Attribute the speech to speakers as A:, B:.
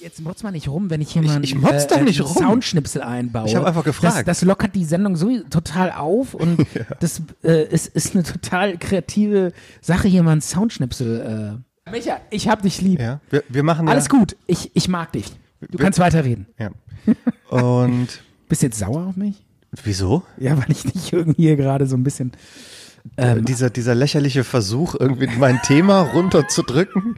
A: Jetzt motz mal nicht rum, wenn ich hier mal einen, äh,
B: ich motz doch nicht
A: einen
B: rum.
A: Soundschnipsel einbaue.
B: Ich hab einfach gefragt.
A: Das, das lockert die Sendung so total auf und das äh, ist, ist eine total kreative Sache, hier mal einen Soundschnipsel. Äh. Micha, ich hab dich lieb.
B: Ja, wir, wir machen
A: Alles
B: ja,
A: gut, ich, ich mag dich. Du kannst weiterreden.
B: Ja. Und
A: Bist du jetzt sauer auf mich?
B: wieso?
A: Ja, weil ich dich irgendwie hier gerade so ein bisschen.
B: dieser, dieser lächerliche Versuch, irgendwie mein Thema runterzudrücken.